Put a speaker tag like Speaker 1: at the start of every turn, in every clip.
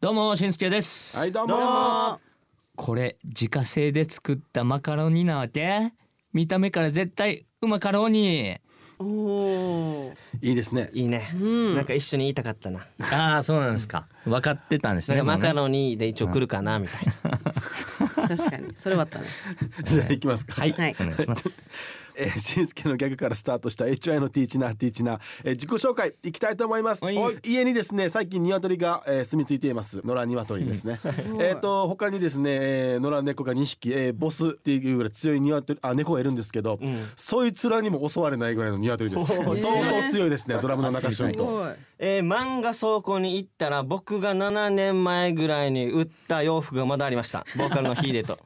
Speaker 1: どうもしんすけです、
Speaker 2: はいどうも
Speaker 1: これ自家製で作ったマカロニなわけ見た目から絶対うまかろうに
Speaker 3: おお。
Speaker 2: いいですね
Speaker 4: いいね、なんか一緒に言いたかったな
Speaker 1: ああそうなんですか分かってたんです
Speaker 4: なん
Speaker 1: ね
Speaker 4: かマカ
Speaker 1: もうね
Speaker 4: ロニで一応来るかなみたいな
Speaker 3: 確かに。それはあったね。
Speaker 2: じゃあ行きますか
Speaker 1: はい、
Speaker 3: はい
Speaker 1: お願いします
Speaker 2: えー、しんすけのギャグからスタートした HI のティーチナーティーチナー、えー、自己紹介いきたいと思います
Speaker 1: はい
Speaker 2: おい家にですね最近鶏が、えー、住み着いています野良鶏ですね、えっと他にですね、えー、野良猫が2匹、えー、ボスっていうぐらい強い鶏あ猫がいるんですけど、そいつらにも襲われないぐらいの鶏です相当強いですねドラムの中
Speaker 3: す
Speaker 2: 旬と
Speaker 3: ごい。
Speaker 4: えー漫画倉庫に行ったら僕が7年前ぐらいに売った洋服がまだありましたボーカルのヒーデ と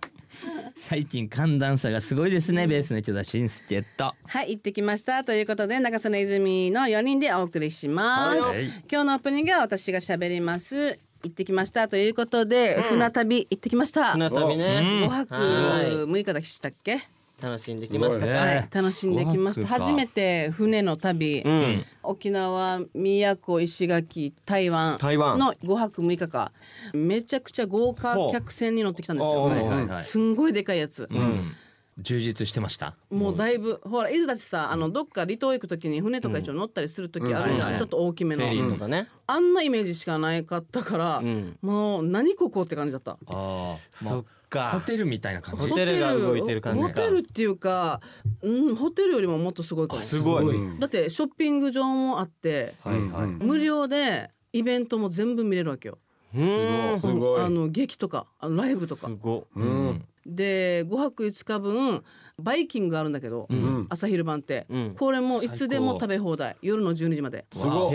Speaker 1: 最近寒暖差がすごいですねベースの人だしんすけと
Speaker 3: はい、行ってきました。ということで、中曽根泉の4人でお送りします。
Speaker 1: はい
Speaker 3: 今日のオープニングは私が喋ります。行ってきましたということで、船旅行ってきました。
Speaker 4: 船
Speaker 3: 5
Speaker 4: 旅ね
Speaker 3: 泊
Speaker 4: は
Speaker 3: 6日だっけしたっけ、
Speaker 4: 楽しんできました
Speaker 1: すごいね
Speaker 4: か、
Speaker 3: はい、楽しんできました。
Speaker 1: 五泊か
Speaker 3: 初めて船の旅、
Speaker 4: うん
Speaker 3: 沖縄、宮古、石垣、台湾
Speaker 4: 台湾
Speaker 3: の5泊6日か。めちゃくちゃ豪華客船に乗ってきたんです
Speaker 4: ほ
Speaker 3: よ。
Speaker 4: うはい
Speaker 1: はいはい
Speaker 3: すんごいでかいやつ。
Speaker 1: うん充実してました
Speaker 3: もうだいぶ、ほら伊豆だってさあのどっか離島行く時に船とか一応乗ったりする時あるじゃん、
Speaker 4: うん
Speaker 3: ちょっと大きめ
Speaker 4: フ
Speaker 3: の、
Speaker 4: ェリーとかね、
Speaker 3: あんなイメージしかないかったから、
Speaker 4: ん
Speaker 3: もう何ここって感じだった
Speaker 1: ああ
Speaker 4: そっか
Speaker 1: ホテルみたいな感じ
Speaker 4: ホテルが動いてる感じか
Speaker 3: ホテルっていうか、うん、ホテルよりももっとすごいかも
Speaker 4: すごい、
Speaker 2: うん
Speaker 3: だってショッピング場もあって
Speaker 1: はいはい、
Speaker 2: うん
Speaker 3: 無料でイベントも全部見れるわけよ
Speaker 4: うん
Speaker 2: すごい
Speaker 3: あの劇とかあのライブとか
Speaker 4: すご
Speaker 2: うんうん
Speaker 3: で5泊5日分バイキングがあるんだけど、
Speaker 2: ん
Speaker 3: 朝昼晩って、
Speaker 4: うん
Speaker 3: これもいつでも
Speaker 4: 最高
Speaker 3: 食べ放題夜の12時まで
Speaker 2: すごい
Speaker 4: へ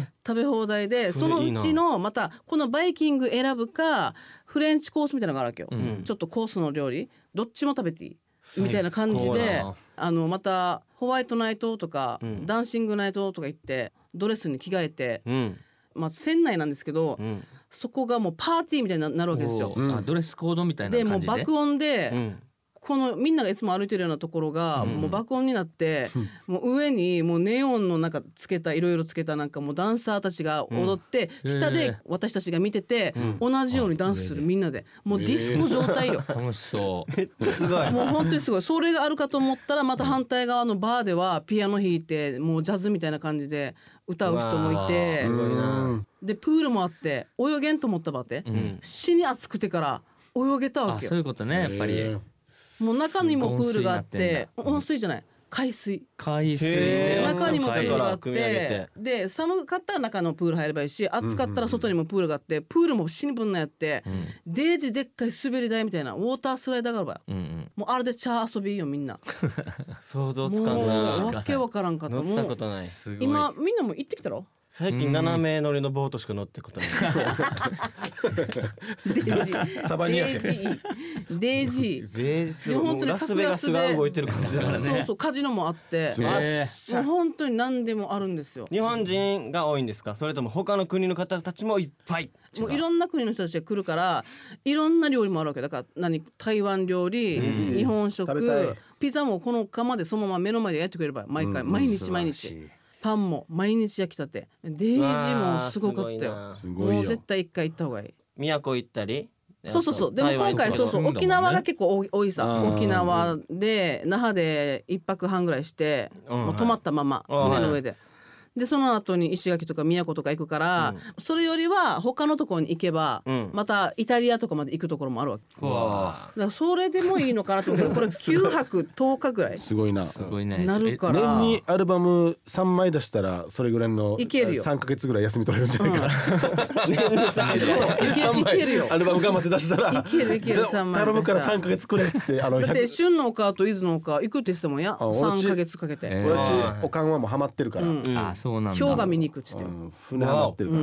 Speaker 4: え
Speaker 3: 食べ放題でそ
Speaker 4: それ
Speaker 3: の
Speaker 4: いいうな
Speaker 3: ちのまたこのバイキング選ぶかフレンチコースみたいなのがあるわけよ、
Speaker 4: ん
Speaker 3: ちょっとコースの料理どっちも食べていいみたいな感じ
Speaker 4: 最高
Speaker 3: で
Speaker 4: だな
Speaker 3: あのまたホワイトナイトとか、
Speaker 4: うん
Speaker 3: ダンシングナイトとか行ってドレスに着替えて、
Speaker 4: うん
Speaker 3: まあ、船内なんですけど、
Speaker 4: うん
Speaker 3: そこがもうパーティーみたいにななるわけですよ
Speaker 1: お。ーあドレスコードみたいな
Speaker 3: でも
Speaker 1: 感
Speaker 3: う
Speaker 1: じで
Speaker 3: 爆音で、
Speaker 4: うん
Speaker 3: このみんながいつも歩いてるようなところが、もう爆音になって、もう上にもうネオンのなんかつけたいろいろつけたなんかもうダンサーたちが踊って、
Speaker 1: うん
Speaker 3: 下
Speaker 1: へ
Speaker 3: で
Speaker 1: え
Speaker 3: 私たちが見てて、同じようにダンスするみんなでもうディスコ状態 よ。
Speaker 1: 楽しそう
Speaker 4: すごい
Speaker 3: もう本当にすごいそれがあるかと思ったらまた反対側のバーではピアノ弾いてもうジャズみたいな感じで歌う人もいて
Speaker 4: うわーすごいな
Speaker 3: でプールもあって泳げんと思ったばって、
Speaker 4: ん
Speaker 3: 死に暑くてから泳げたわ
Speaker 1: あ
Speaker 3: け
Speaker 1: そうい
Speaker 3: よ
Speaker 1: うことねやっぱり
Speaker 3: もう中にもプールがあって
Speaker 1: 温水になってんだ
Speaker 3: 温水じゃない海水
Speaker 1: 海水
Speaker 4: へえー
Speaker 3: 中にもプールがあっ
Speaker 4: 下から汲み上
Speaker 3: て
Speaker 4: げて
Speaker 3: で寒かったら中のプール入ればいいし暑かったら外にもプールがあってプールも死にぶんなやってデージでっかい滑り台みたいなウォータースライダーがあるわよ
Speaker 1: うんうん
Speaker 3: もうあれで茶遊びよみんな。
Speaker 4: 想像つかん
Speaker 3: もう
Speaker 4: な
Speaker 3: わけわからん かった
Speaker 4: 乗
Speaker 3: も
Speaker 4: ったこと
Speaker 3: う
Speaker 4: ない
Speaker 1: すごい
Speaker 3: 今みんなもう行ってきたろ
Speaker 4: 最近斜め乗りのボートしか乗ったことない
Speaker 3: デイジ ー
Speaker 2: サバニアシェフ
Speaker 3: デイジーデイジ
Speaker 4: ベース
Speaker 3: いや本当に
Speaker 4: ラスベガスが動いてる感 じだから
Speaker 3: ー
Speaker 4: ね。
Speaker 3: そうそうカジノもあって
Speaker 2: ごい
Speaker 3: も
Speaker 1: え
Speaker 3: う本当に何でもあるんですよ
Speaker 4: 日本人が多いんですかそれとも他の国の方たちもいっぱい
Speaker 3: もういろんな国の人たちが来るからいろんな料理もあるわけだから何台湾料理日本
Speaker 2: 食べたい
Speaker 3: 食ピザもこの釜でそのまま目の前でやってくれれば毎回毎日毎日パンも毎日焼きたてデイジーもすごかったよ
Speaker 4: わあす
Speaker 2: す
Speaker 4: ごいな
Speaker 2: ごい
Speaker 3: も
Speaker 2: よ
Speaker 3: う絶対一回行った方がいい
Speaker 4: 宮古行ったり
Speaker 3: そうそうそうでも
Speaker 4: 台湾
Speaker 3: 今
Speaker 4: 行
Speaker 3: 回
Speaker 4: ったり
Speaker 3: そうそう
Speaker 1: そういうのもね
Speaker 3: 沖縄が結構多い多いさ
Speaker 2: うん
Speaker 3: 沖縄で那覇で一泊半ぐらいして、
Speaker 4: うん
Speaker 3: もう泊まったまま
Speaker 4: はい
Speaker 3: 船の上で。でその後に石垣とか宮古とか行くから、それよりは他のところに行けば、
Speaker 4: うん
Speaker 3: またイタリアとかまで行くところもあるわけだ
Speaker 1: うわ
Speaker 3: からそれでもいいのかなと思うけどこれ9泊10日ぐらい
Speaker 2: すごいな
Speaker 1: すごいね
Speaker 3: なるから
Speaker 2: 年にアルバム3枚出したらそれぐらいの
Speaker 3: いけるよ
Speaker 2: 3か月ぐらい休み取れるんじ ゃないか、
Speaker 3: いけ
Speaker 2: 三
Speaker 3: いけるよ
Speaker 2: アルバム頑張って出したら
Speaker 3: いけるいける
Speaker 2: じゃあ
Speaker 3: 三枚出したら
Speaker 2: 頼むから3か月くれっつってあの
Speaker 3: だって
Speaker 2: 100
Speaker 3: 旬の丘と伊豆の丘行くって言ってたもんや
Speaker 2: あ同じ
Speaker 3: 3ヶ月かけて、
Speaker 1: え
Speaker 2: 俺たちおかんはもうハマってるから、うん
Speaker 1: あーそうなんだ
Speaker 3: 氷河見に行くって言ってたよ
Speaker 2: 船ハマってるか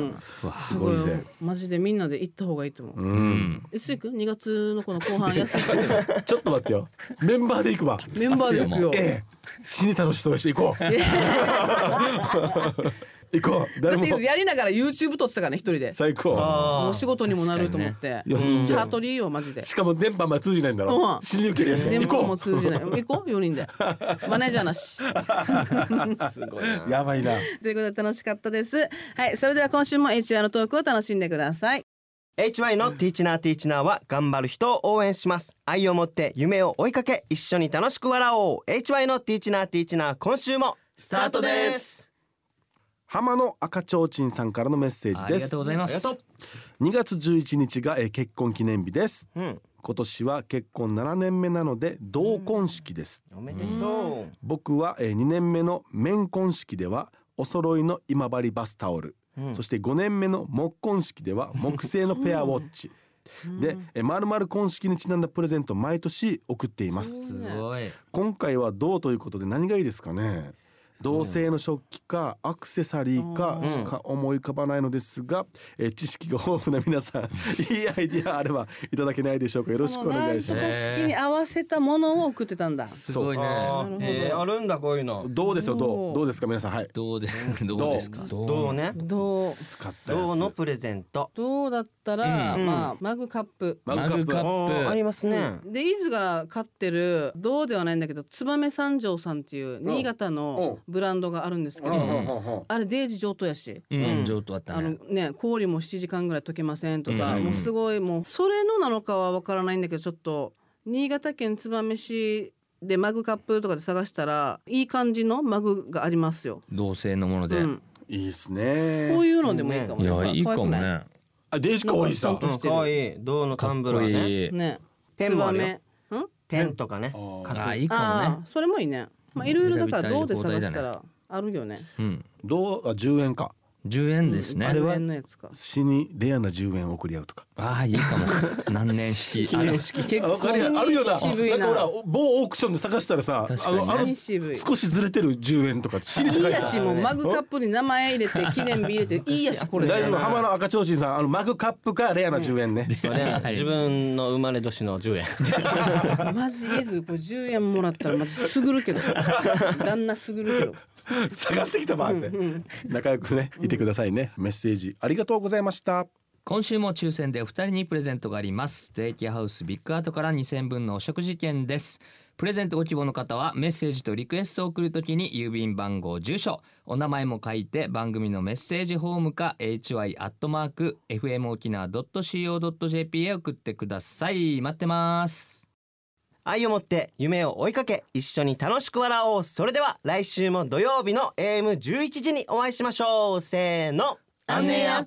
Speaker 2: ら、すごい
Speaker 3: すごいよ
Speaker 2: ぜ、
Speaker 3: マジでみんなで行った方がいいと思う、
Speaker 2: うん、
Speaker 3: いつ行く ?2 月のこの後半休み
Speaker 2: ちょっと待ってよメンバーで行くわ
Speaker 3: メンバーで行くよ。
Speaker 2: ええ死に楽しそうやし行こう行 行こう。誰
Speaker 3: だっ
Speaker 2: も
Speaker 3: てやりながら YouTube 撮ってたからね一人で
Speaker 2: 最高。
Speaker 4: あ
Speaker 3: もう
Speaker 4: ー
Speaker 3: 仕事にもなると思って
Speaker 2: 確かにね
Speaker 3: めっちゃハトリーよマジで
Speaker 2: しかも電波まで通じないんだろ
Speaker 3: う。ん
Speaker 2: 死に受けるやつ。
Speaker 3: 電
Speaker 2: 行
Speaker 3: 話も
Speaker 2: こ
Speaker 3: 通じない行こう4 人でマネージャーなし
Speaker 4: すごいな
Speaker 2: う。やばいな。
Speaker 3: ということで楽しかったですはいそれでは今週も HY のトークを楽しんでください
Speaker 4: HY のティーチナーティーチナーは頑張る人を応援します愛を持って夢を追いかけ一緒に楽しく笑おう HY のティーチナーティーチナー今週もスタートです
Speaker 2: 浜野赤ちょうちんさんからのメッセージ
Speaker 1: あ
Speaker 2: で
Speaker 1: りが
Speaker 2: す
Speaker 1: とう。ございます
Speaker 4: ありがと
Speaker 2: 2月11日が、えー結婚記念日です。
Speaker 4: うん
Speaker 2: 今年は結婚7年目なので同婚式です。
Speaker 4: おめでと
Speaker 2: 僕は、えー、2年目の面婚式ではお揃いの今治バスタオル、
Speaker 4: う、うん
Speaker 2: そして5年目の木婚式 では木製のペアウォッチ、で、えー、丸々婚式にちなんだプレゼントを毎年送っています
Speaker 1: すごい
Speaker 2: 今回は銅ということで何がいいですかね銅製の食器かアクセサリーか
Speaker 4: うん
Speaker 2: しか思い浮かばないのですが、えー知識が豊富な皆さんいいアイディアあればいただけないでしょうかよろしくお願いし
Speaker 3: この
Speaker 2: ま
Speaker 3: なん
Speaker 2: す
Speaker 3: とか式に合わせたものを送ってたんだ
Speaker 1: すごいね
Speaker 3: なる
Speaker 4: あー
Speaker 3: ほど
Speaker 4: えーあるんだこういうの
Speaker 2: どうですよど
Speaker 3: お
Speaker 2: う
Speaker 3: ー
Speaker 2: どうですか皆さんはい
Speaker 1: どうでどうですか
Speaker 4: どうどうね
Speaker 3: どう
Speaker 2: 使ったやつ
Speaker 4: どうのプレゼント
Speaker 3: どうだったら、
Speaker 4: うん
Speaker 3: まあマグカップ
Speaker 2: マグカップ
Speaker 1: マグ
Speaker 4: おーありますね、
Speaker 3: で伊豆が飼ってるどうではないんだけど燕三条さんっていう新潟のブランドがあるんですけど、
Speaker 1: うん
Speaker 3: あれデイジ上等やし、
Speaker 1: う
Speaker 4: うんん
Speaker 1: 上等だった
Speaker 3: あの
Speaker 1: ね
Speaker 3: ね氷も7時間ぐらい溶けませんとか、
Speaker 1: うん
Speaker 3: もうすごいもうそれのなのかはわからないんだけどちょっと新潟県燕市でマグカップとかで探したらいい感じのマグがありますよ。
Speaker 1: 同性のもので
Speaker 3: うん、
Speaker 2: いいですね
Speaker 3: こういうのでもいいかも
Speaker 1: い
Speaker 3: ね。
Speaker 1: やいいかも
Speaker 3: 可愛
Speaker 1: ね
Speaker 2: あデイジ可愛い
Speaker 3: な
Speaker 2: さ
Speaker 3: ん
Speaker 4: う
Speaker 3: ど
Speaker 4: ん、
Speaker 3: うしてる
Speaker 4: かわいい銅のタ
Speaker 1: か
Speaker 4: ン
Speaker 1: っ
Speaker 4: ブラ
Speaker 1: こ
Speaker 4: ーね
Speaker 1: いい
Speaker 3: くないね。
Speaker 4: ペンもあるよ
Speaker 3: 燕うん
Speaker 4: ペンとかね
Speaker 2: あー
Speaker 1: あいいか
Speaker 3: あ
Speaker 1: も
Speaker 3: あ
Speaker 1: ね
Speaker 3: それもいいね。まあいろいろだからどうで探したらあるよね。
Speaker 1: うん
Speaker 2: どうあ10円か
Speaker 1: 10円ですね
Speaker 2: あれは
Speaker 3: 10円のやつか。
Speaker 2: 死にレアな10円を送り合うとか
Speaker 1: ああいいかも何年式あの結
Speaker 2: あわか
Speaker 1: 構
Speaker 2: るやんあるよな
Speaker 3: 渋いな
Speaker 2: なんかほらお某オークションで探したらさ
Speaker 1: 確
Speaker 2: あ
Speaker 1: かにね
Speaker 2: のあの
Speaker 3: 何渋い。
Speaker 2: 少しずれてる10円とか死に
Speaker 3: いい
Speaker 2: 高い
Speaker 3: やしもうマグカップに名前入れて記念日入れ ていいやしこれ。
Speaker 2: 大丈夫
Speaker 3: あ
Speaker 2: 浜の赤ちょうちんさんあのマグカップかレアな10円ね、
Speaker 4: それ自分の生まれ年の10円
Speaker 3: マジイズこれ10円もらったらマジすぐるけど。旦那すぐるけど。
Speaker 2: 探してきたばーって、仲良くねいてくださいね、メッセージありがとうございました
Speaker 1: 今週も抽選でお二人にプレゼントがありますステーキハウスビッグアートから2000分のお食事券ですプレゼントご希望の方はメッセージとリクエストを送るときに郵便番号住所お名前も書いて番組のメッセージホームか hy.fmokina.co.jp へ送ってください待ってます
Speaker 4: 愛を持って夢を追いかけ一緒に楽しく笑おうそれでは来週も土曜日の AM11 時にお会いしましょうせーの
Speaker 3: アンネや